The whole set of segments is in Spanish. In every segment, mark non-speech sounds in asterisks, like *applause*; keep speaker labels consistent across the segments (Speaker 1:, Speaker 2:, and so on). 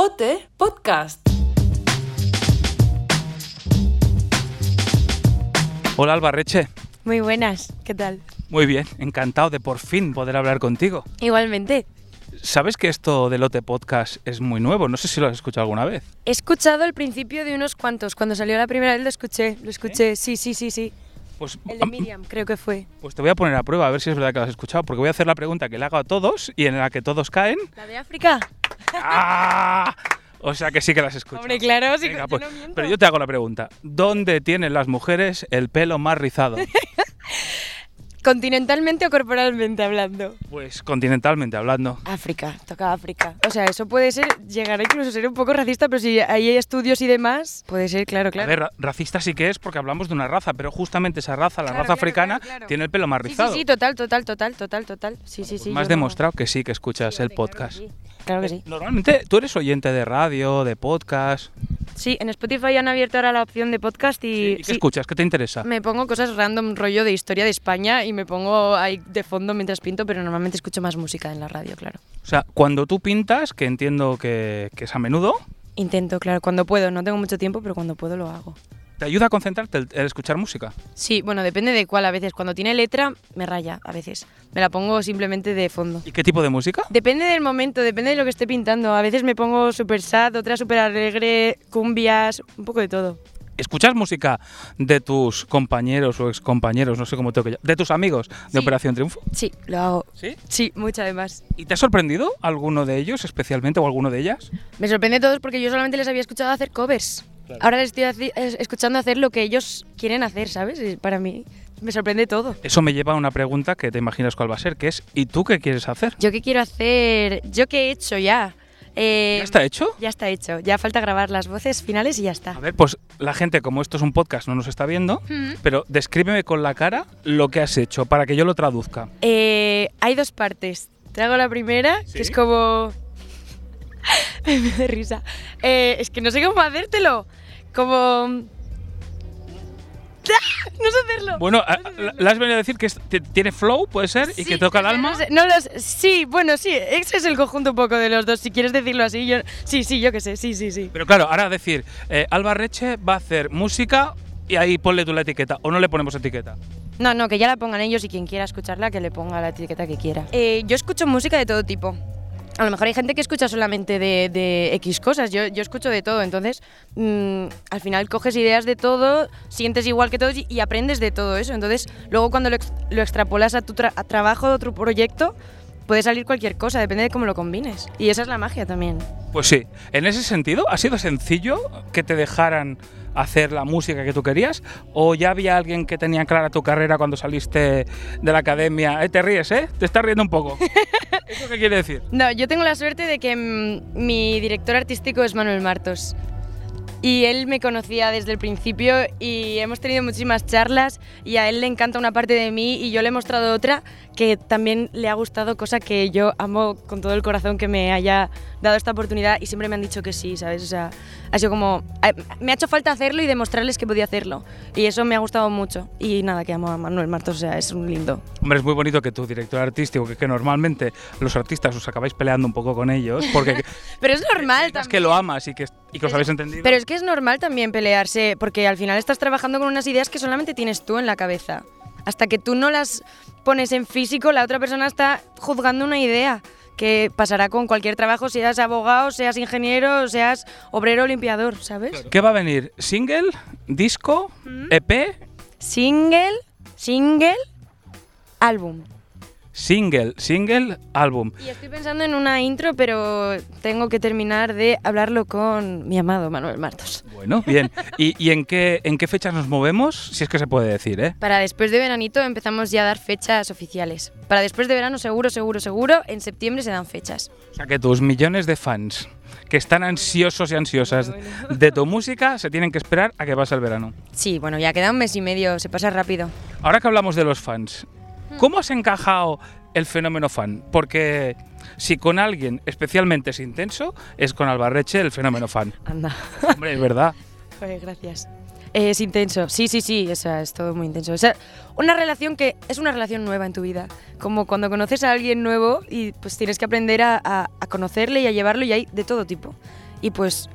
Speaker 1: Deporte Podcast.
Speaker 2: Hola Albarreche,
Speaker 3: Muy buenas, ¿qué tal?
Speaker 2: muy bien, encantado de por fin poder hablar contigo.
Speaker 3: Igualmente,
Speaker 2: Sabes que esto de Lote Podcast es muy nuevo, no sé si lo has escuchado alguna vez.
Speaker 3: he escuchado el principio de unos cuantos. Cuando salió la primera vez lo escuché, lo escuché, sí, sí, sí, sí.
Speaker 2: Pues,
Speaker 3: El de Miriam, creo que fue.
Speaker 2: pues te voy a poner a prueba a ver si es verdad que lo has escuchado, porque voy a hacer la pregunta que le hago a todos y en la que todos
Speaker 3: *laughs*
Speaker 2: caen.
Speaker 3: ¿La de África?
Speaker 2: ¡Ah! O sea que sí que las escuchado.
Speaker 3: Hombre, claro, sí,
Speaker 2: Venga,
Speaker 3: yo
Speaker 2: pues,
Speaker 3: no miento.
Speaker 2: Pero yo te hago la pregunta, ¿dónde tienen las mujeres el pelo más
Speaker 3: *laughs*
Speaker 2: rizado?
Speaker 3: Continentalmente o corporalmente hablando.
Speaker 2: Pues continentalmente hablando.
Speaker 3: África, toca África. O sea, eso puede ser, llegar a incluso ser un poco racista, pero si ahí hay estudios y demás, puede ser, claro,
Speaker 2: A
Speaker 3: claro.
Speaker 2: ver, ra- racista sí que es porque hablamos de una raza, pero justamente esa raza, la
Speaker 3: Claro,
Speaker 2: raza
Speaker 3: claro,
Speaker 2: africana,
Speaker 3: claro, claro.
Speaker 2: tiene el pelo más
Speaker 3: sí, sí,
Speaker 2: rizado.
Speaker 3: sí, total, total, total, total, total. Sí, sí, sí.
Speaker 2: Más
Speaker 3: yo no-
Speaker 2: demostrado que sí, que escuchas el podcast.
Speaker 3: Claro que sí.
Speaker 2: Normalmente tú eres oyente de radio, de podcast.
Speaker 3: Sí, en Spotify han abierto ahora la opción de podcast
Speaker 2: ¿Y
Speaker 3: y...
Speaker 2: qué
Speaker 3: sí,
Speaker 2: escuchas? ¿Qué te interesa?
Speaker 3: Me pongo cosas random, rollo de historia de España y me pongo ahí de fondo mientras pinto, pero normalmente escucho más música en la radio, claro.
Speaker 2: O sea, cuando tú pintas, que entiendo que, que es a menudo,
Speaker 3: Intento, claro, cuando puedo. No tengo mucho tiempo, pero cuando puedo lo hago.
Speaker 2: ¿te ayuda a concentrarte el, el escuchar música?
Speaker 3: Sí, bueno, depende de cuál a veces. Cuando tiene letra, me raya a veces. Me la pongo simplemente de fondo.
Speaker 2: ¿Y qué tipo de música?
Speaker 3: Depende del momento, depende de lo que esté pintando. A veces me pongo super sad, otras super alegre, cumbias, un poco de todo.
Speaker 2: ¿Escuchas música de tus compañeros o excompañeros, no sé cómo tengo que llam- de tus amigos de
Speaker 3: Sí.
Speaker 2: Operación Triunfo?
Speaker 3: Sí, lo hago.
Speaker 2: ¿Sí?
Speaker 3: Sí, mucho además.
Speaker 2: ¿Y te ha sorprendido alguno de ellos especialmente o alguno de ellas?
Speaker 3: Me sorprende a todos porque yo solamente les había escuchado hacer covers.
Speaker 2: Claro.
Speaker 3: Ahora les estoy haci- es- escuchando hacer lo que ellos quieren hacer, ¿sabes? Y Para mí me sorprende todo.
Speaker 2: Eso me lleva a una pregunta que te imaginas cuál va a ser, que es ¿y tú qué quieres hacer?
Speaker 3: Yo qué quiero hacer, yo qué he hecho ya. Eh,
Speaker 2: ¿Ya está hecho?
Speaker 3: ya está hecho, ya falta grabar las voces finales y ya está.
Speaker 2: A ver, pues la gente, como esto es un podcast, no nos está viendo,
Speaker 3: Mm-hmm.
Speaker 2: pero descríbeme con la cara lo que has hecho para que yo lo traduzca.
Speaker 3: Eh, hay dos partes. Te hago la primera, que es
Speaker 2: Sí.
Speaker 3: como... *laughs* me da risa. Eh, es que no sé cómo hacértelo. Como... *laughs* no sé hacerlo.
Speaker 2: Bueno, a- la- la has venido a decir que es- t- tiene flow, puede ser, y que
Speaker 3: Sí,
Speaker 2: toca el
Speaker 3: o sea,
Speaker 2: alma.
Speaker 3: No, sé- no lo sé. sí, bueno, sí, ese es el conjunto un poco de los dos, si quieres decirlo así. Yo, sí, sí, yo qué sé, sí, sí, sí.
Speaker 2: Pero claro, ahora decir, eh, Alba Reche va a hacer música y ahí ponle tú la etiqueta, o no le ponemos etiqueta.
Speaker 3: No, no, que ya la pongan ellos y quien quiera escucharla, que le ponga la etiqueta que quiera. Eh, yo escucho música de todo tipo. A lo mejor hay gente que escucha solamente de, de X cosas, yo, yo escucho de todo, entonces mm, al final coges ideas de todo, sientes igual que todos y, y aprendes de todo eso, entonces luego cuando lo, ex- lo extrapolas a tu tra- a trabajo, a tu proyecto, puede salir cualquier cosa, depende de cómo lo combines. Y esa es la magia también.
Speaker 2: Pues sí, en ese sentido, ¿ha sido sencillo que te dejaran hacer la música que tú querías? ¿O ya había alguien que tenía clara tu carrera cuando saliste de la academia? Eh, te ríes, ¿eh? Te estás riendo un poco. ¿Eso qué quiere decir?
Speaker 3: No, yo tengo la suerte de que mm, mi director artístico es Manuel Martos. Y él me conocía desde el principio y hemos tenido muchísimas charlas y a él le encanta una parte de mí y yo le he mostrado otra que también le ha gustado, cosa que yo amo con todo el corazón que me haya dado esta oportunidad y siempre me han dicho que sí, ¿sabes? O sea, ha sido como... eh, Me ha hecho falta hacerlo y demostrarles que podía hacerlo. Y eso me ha gustado mucho. Y nada, que amo a Manuel Martos, o sea, es un lindo.
Speaker 2: Hombre, es muy bonito que tu director artístico, que, que normalmente los artistas os acabáis peleando un poco con ellos,
Speaker 3: *laughs*
Speaker 2: porque
Speaker 3: Pero es normal
Speaker 2: es
Speaker 3: también.
Speaker 2: que lo amas y que, y que os
Speaker 3: Es-
Speaker 2: habéis entendido.
Speaker 3: Pero es que es normal también pelearse, porque al final estás trabajando con unas ideas que solamente tienes tú en la cabeza. Hasta que tú no las pones en físico, la otra persona está juzgando una idea que pasará con cualquier trabajo, seas abogado, seas ingeniero, seas obrero limpiador, ¿sabes?
Speaker 2: ¿Qué va a venir? ¿Single? ¿Disco?
Speaker 3: Mm.
Speaker 2: ¿E ¿EP?
Speaker 3: Single, single, álbum.
Speaker 2: Single, single, álbum.
Speaker 3: Y estoy pensando en una intro, pero tengo que terminar de hablarlo con mi amado Manuel Martos.
Speaker 2: Bueno,
Speaker 3: *laughs*
Speaker 2: bien. ¿Y, y en, qué, en qué fechas nos movemos? Si es que se puede decir, ¿eh?
Speaker 3: Para después de veranito empezamos ya a dar fechas oficiales. Para después de verano seguro, seguro, seguro, en septiembre se dan fechas.
Speaker 2: O sea, que tus millones de fans que están ansiosos y ansiosas de tu música se tienen que esperar a que pase el verano.
Speaker 3: Sí, bueno, ya queda un mes y medio, se pasa rápido.
Speaker 2: Ahora que hablamos de los fans,
Speaker 3: Hmm.
Speaker 2: ¿cómo has encajado el fenómeno fan? Porque si con alguien especialmente es intenso, es con Albarreche el fenómeno
Speaker 3: *laughs*
Speaker 2: fan.
Speaker 3: Anda.
Speaker 2: Hombre, es verdad.
Speaker 3: Joder, gracias. Eh, Es intenso, sí, sí, sí, o sea, es todo muy intenso. O sea, una relación que es una relación nueva en tu vida. Como cuando conoces a alguien nuevo y pues tienes que aprender a, a- a conocerle y a llevarlo y hay de todo tipo. y pues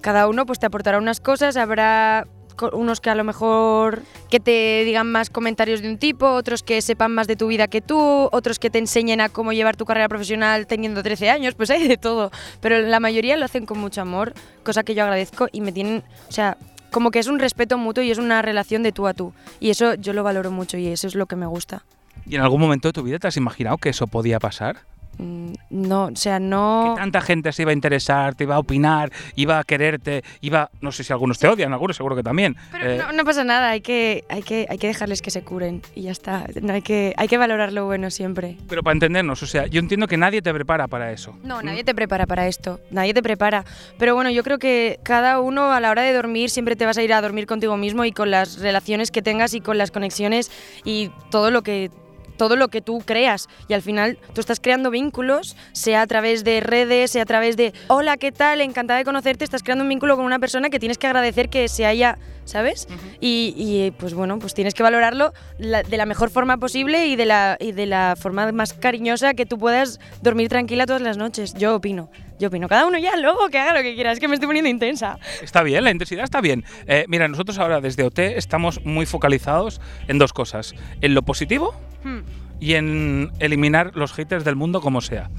Speaker 3: cada uno pues te aportará unas cosas, habrá co- unos que a lo mejor que te digan más comentarios de un tipo, otros que sepan más de tu vida que tú, otros que te enseñen a cómo llevar tu carrera profesional teniendo 13 años, pues hay de todo, pero la mayoría lo hacen con mucho amor, cosa que yo agradezco y me tienen, o sea, como que es un respeto mutuo y es una relación de tú a tú y eso yo lo valoro mucho y eso es lo que me gusta.
Speaker 2: ¿Y en algún momento de tu vida te has imaginado que eso podía pasar?
Speaker 3: Mm, No, o sea, no...
Speaker 2: Que tanta gente se iba a interesar, te iba a opinar, iba a quererte, iba. No sé si algunos te odian, algunos seguro que también.
Speaker 3: Pero
Speaker 2: Eh,
Speaker 3: no, no pasa nada, hay que, hay, que, hay que dejarles que se curen y ya está. No hay, que, hay que valorar lo bueno siempre.
Speaker 2: pero para entendernos, o sea, yo entiendo que nadie te prepara para eso. Mm,
Speaker 3: No, nadie te prepara para esto, nadie te prepara. Pero bueno, yo creo que cada uno a la hora de dormir siempre te vas a ir a dormir contigo mismo y con las relaciones que tengas y con las conexiones y todo lo que todo lo que tú creas y al final tú estás creando vínculos, sea a través de redes, sea a través de hola, ¿qué tal? Encantada de conocerte, estás creando un vínculo con una persona que tienes que agradecer que se haya, ¿sabes? y, y, eh, pues bueno, pues tienes que valorarlo la- de la mejor forma posible y de la, y de la forma más cariñosa que tú puedas dormir tranquila todas las noches. Yo opino, yo opino. Cada uno ya, luego que haga lo que quiera, es que me estoy poniendo intensa.
Speaker 2: Está bien, la intensidad está bien. Eh, mira, nosotros ahora desde OT estamos muy focalizados en dos cosas: en lo positivo
Speaker 3: Hmm.
Speaker 2: y en eliminar los haters del mundo como sea.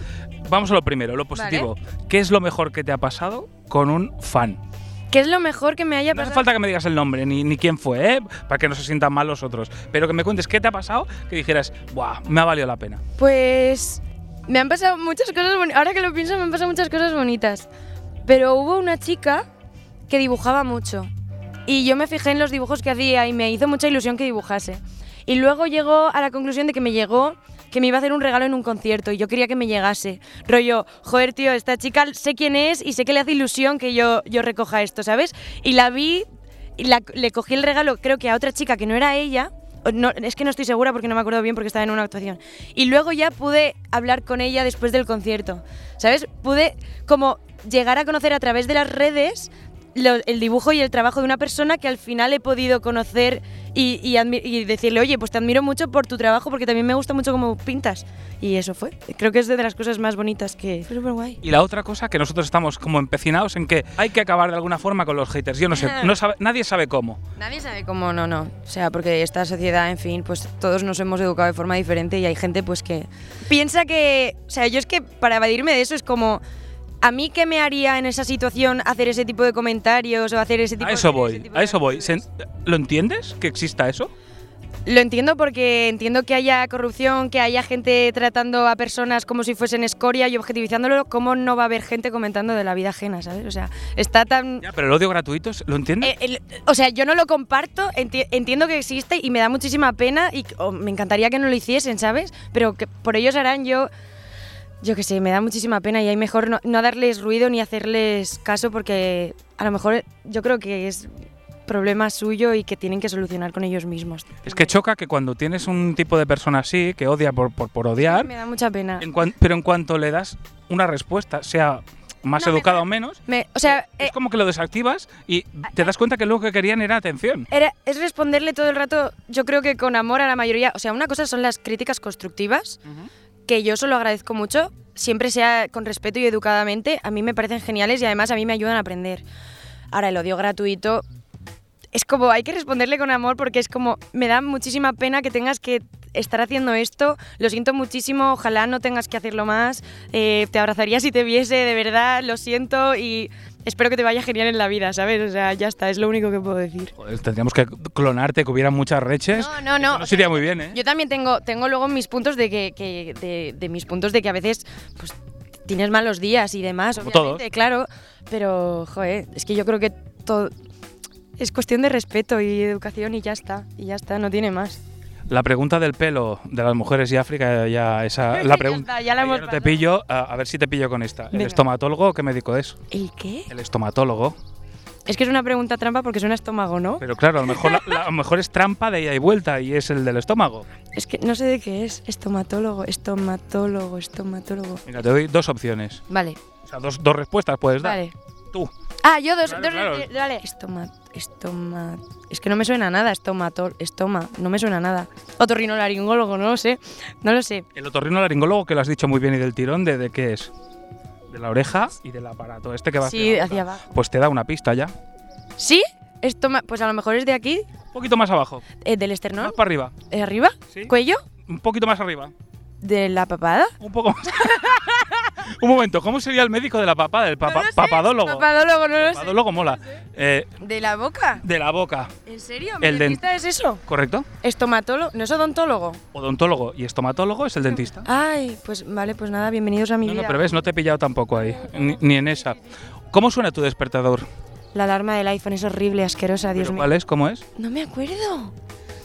Speaker 2: Vamos a lo primero, lo positivo. ¿Qué es lo mejor que te ha pasado con un fan?
Speaker 3: ¿Qué es lo mejor que me haya
Speaker 2: No hace
Speaker 3: pasado?
Speaker 2: falta que me digas el nombre ni, ni quién fue, ¿eh? para que no se sientan mal los otros. Pero que me cuentes qué te ha pasado que dijeras, ¡buah! Me ha valido la pena.
Speaker 3: Pues me han pasado muchas cosas bonitas. Ahora que lo pienso, me han pasado muchas cosas bonitas. Pero hubo una chica que dibujaba mucho. Y yo me fijé en los dibujos que hacía y me hizo mucha ilusión que dibujase. Y luego llegó a la conclusión de que me llegó que me iba a hacer un regalo en un concierto y yo quería que me llegase. Rollo, joder, tío, esta chica sé quién es y sé que le hace ilusión que yo, yo recoja esto, ¿sabes? Y la vi y la- le cogí el regalo, creo que a otra chica que no era ella. o No, es que no estoy segura porque no me acuerdo bien porque estaba en una actuación. Y luego ya pude hablar con ella después del concierto. ¿Sabes? Pude como llegar a conocer a través de las redes lo- el dibujo y el trabajo de una persona que al final he podido conocer y, y admi- y decirle, oye, pues te admiro mucho por tu trabajo porque también me gusta mucho cómo pintas. Y eso fue. Creo que es de las cosas más bonitas que... Fue súper guay.
Speaker 2: Y la otra cosa, que nosotros estamos como empecinados en que hay que acabar de alguna forma con los haters. Yo no sé, no sabe- nadie sabe cómo.
Speaker 3: Nadie sabe cómo, no, no. O sea, porque esta sociedad, en fin, pues todos nos hemos educado de forma diferente y hay gente pues que piensa que, o sea, yo es que para evadirme de eso es como a mí qué me haría en esa situación hacer ese tipo de comentarios o hacer ese *laughs* tipo
Speaker 2: A
Speaker 3: de-
Speaker 2: eso
Speaker 3: ese
Speaker 2: voy,
Speaker 3: tipo de
Speaker 2: a eso voy.
Speaker 3: actitudes?
Speaker 2: Sen- ¿Lo entiendes? ¿Que exista eso?
Speaker 3: Lo entiendo porque entiendo que haya corrupción, que haya gente tratando a personas como si fuesen escoria y objetivizándolo, ¿cómo no va a haber gente comentando de la vida ajena, sabes? O sea, está tan
Speaker 2: Ya, pero el odio gratuito, ¿lo entiendes?
Speaker 3: Eh, el- o sea, yo no lo comparto, enti- entiendo que existe y me da muchísima pena y o me encantaría que no lo hiciesen, ¿sabes? Pero que por ellos harán yo, yo qué sé, me da muchísima pena y hay mejor no, no darles ruido ni hacerles caso porque a lo mejor yo creo que es problema suyo y que tienen que solucionar con ellos mismos.
Speaker 2: es que choca que cuando tienes un tipo de persona así, que odia por, por, por odiar,
Speaker 3: Me da mucha pena.
Speaker 2: en cuan- pero en cuanto le das una respuesta, sea más
Speaker 3: No, me
Speaker 2: educada o menos,
Speaker 3: Me- o sea, eh,
Speaker 2: es como que lo desactivas y te das cuenta que lo que querían era atención.
Speaker 3: Era- es responderle todo el rato, yo creo que con amor a la mayoría. O sea, una cosa son las críticas constructivas, que yo solo agradezco mucho, siempre sea con respeto y educadamente. A mí me parecen geniales y además a mí me ayudan a aprender. Ahora, el odio gratuito es como, hay que responderle con amor porque es como, me da muchísima pena que tengas que estar haciendo esto, lo siento muchísimo, ojalá no tengas que hacerlo más, eh, te abrazaría si te viese, de verdad, lo siento y espero que te vaya genial en la vida, ¿sabes? O sea, ya está, es lo único que puedo decir.
Speaker 2: Joder, tendríamos que clonarte, que hubiera muchas reches.
Speaker 3: No, no,
Speaker 2: Eso
Speaker 3: no, o sea,
Speaker 2: sería muy bien, ¿eh?
Speaker 3: Yo también tengo, tengo luego mis puntos de que, que- de, de mis puntos de que a veces pues tienes malos días y demás,
Speaker 2: Como
Speaker 3: obviamente,
Speaker 2: todos.
Speaker 3: claro. Pero, joder, es que yo creo que todo es cuestión de respeto y educación y ya está. Y ya está, no tiene más.
Speaker 2: La pregunta del pelo de las mujeres y África, ya esa
Speaker 3: Ya
Speaker 2: la pregunta.
Speaker 3: está, ya la
Speaker 2: ahí
Speaker 3: hemos
Speaker 2: no te
Speaker 3: pasado.
Speaker 2: pillo, a, a ver si te pillo con esta. ¿El
Speaker 3: Venga.
Speaker 2: estomatólogo qué médico es?
Speaker 3: ¿El qué?
Speaker 2: El estomatólogo.
Speaker 3: Es que es una pregunta trampa porque suena a estómago, ¿no?
Speaker 2: Pero claro, a lo mejor, la- la- a lo mejor es trampa de ida y vuelta y es el del estómago.
Speaker 3: Es que no sé de qué es. Estomatólogo, estomatólogo, estomatólogo.
Speaker 2: Mira, te doy dos opciones.
Speaker 3: Vale,
Speaker 2: O sea, dos, dos respuestas puedes dar.
Speaker 3: vale.
Speaker 2: Tú.
Speaker 3: Ah, yo dos,
Speaker 2: Claro,
Speaker 3: dos
Speaker 2: claro.
Speaker 3: eh, dale. Estoma, estoma, es que no me suena a nada, estomato, estoma, no me suena a nada. Otorrinolaringólogo, no lo sé, no lo sé.
Speaker 2: El otorrino laringólogo, que lo has dicho muy bien y del tirón, ¿de, de qué es? de la oreja y del aparato este que va
Speaker 3: Sí,
Speaker 2: hacia,
Speaker 3: hacia abajo.
Speaker 2: Pues te da una pista ya.
Speaker 3: ¿Sí? Esto, ma- pues a lo mejor es de aquí,
Speaker 2: Un poquito más abajo.
Speaker 3: eh, del esternón,
Speaker 2: Más para arriba.
Speaker 3: eh, arriba,
Speaker 2: Sí.
Speaker 3: cuello,
Speaker 2: Un poquito más arriba.
Speaker 3: de la papada.
Speaker 2: Un poco más. *laughs* Un momento, ¿cómo sería el médico de la papada? El papa-
Speaker 3: No lo sé,
Speaker 2: papadólogo.
Speaker 3: Papadólogo, no lo sé.
Speaker 2: Papadólogo mola. Eh,
Speaker 3: ¿De la boca?
Speaker 2: de la boca,
Speaker 3: ¿En serio?
Speaker 2: El
Speaker 3: ¿Mi
Speaker 2: dent-
Speaker 3: dentista es eso?
Speaker 2: ¿correcto?
Speaker 3: ¿Estomatólogo? ¿No es odontólogo?
Speaker 2: Odontólogo y estomatólogo es el dentista.
Speaker 3: Ay, pues vale, pues nada, bienvenidos a mi
Speaker 2: No, no,
Speaker 3: vida.
Speaker 2: pero ves, no te he pillado tampoco ahí, ni, ni en esa. ¿Cómo suena tu despertador?
Speaker 3: La alarma del iPhone es horrible, asquerosa, Dios
Speaker 2: ¿Pero
Speaker 3: mío.
Speaker 2: ¿Cuál es? ¿Cómo es?
Speaker 3: No me acuerdo.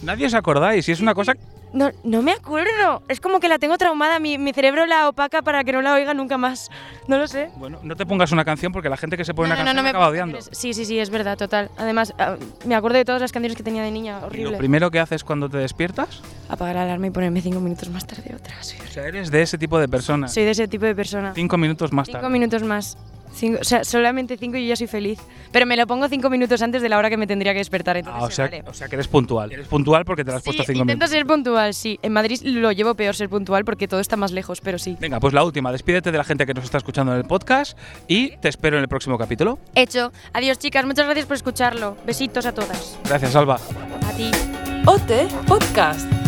Speaker 2: Nadie os acordáis y es una cosa...
Speaker 3: No, no me acuerdo. Es como que la tengo traumada, mi, mi cerebro la opaca para que no la oiga nunca más. No lo sé.
Speaker 2: Bueno, no te pongas una canción porque la gente que se pone
Speaker 3: no,
Speaker 2: Pues una canción
Speaker 3: no, no, no
Speaker 2: me
Speaker 3: me
Speaker 2: acaba
Speaker 3: pongo
Speaker 2: odiando.
Speaker 3: canciones. Sí, sí, sí, es verdad, total. Además, ah, me acuerdo de todas las canciones que tenía de niña,
Speaker 2: Y lo
Speaker 3: horrible.
Speaker 2: primero que haces cuando te despiertas,
Speaker 3: Apagar la alarma y ponerme cinco minutos más tarde otra. Soy,
Speaker 2: o sea, eres de ese tipo de persona.
Speaker 3: soy de ese tipo de persona.
Speaker 2: Ah. Cinco minutos más
Speaker 3: Cinco
Speaker 2: tarde.
Speaker 3: minutos más. Cinco- o sea, solamente cinco y yo ya soy feliz. Pero me lo pongo cinco minutos antes de la hora que me tendría que despertar. Entonces,
Speaker 2: Ah, o
Speaker 3: se
Speaker 2: sea,
Speaker 3: vale.
Speaker 2: o sea que eres puntual. Eres puntual porque te lo has
Speaker 3: Sí,
Speaker 2: puesto cinco
Speaker 3: intento
Speaker 2: minutos.
Speaker 3: ser puntual, sí. En Madrid lo llevo peor ser puntual porque todo está más lejos, pero sí.
Speaker 2: Venga, pues la última. Despídete de la gente que nos está escuchando en el podcast y te espero en el próximo capítulo.
Speaker 3: Hecho. Adiós, chicas. Muchas gracias por escucharlo. Besitos a todas.
Speaker 2: Gracias, Alba.
Speaker 3: A ti.
Speaker 1: OT Podcast.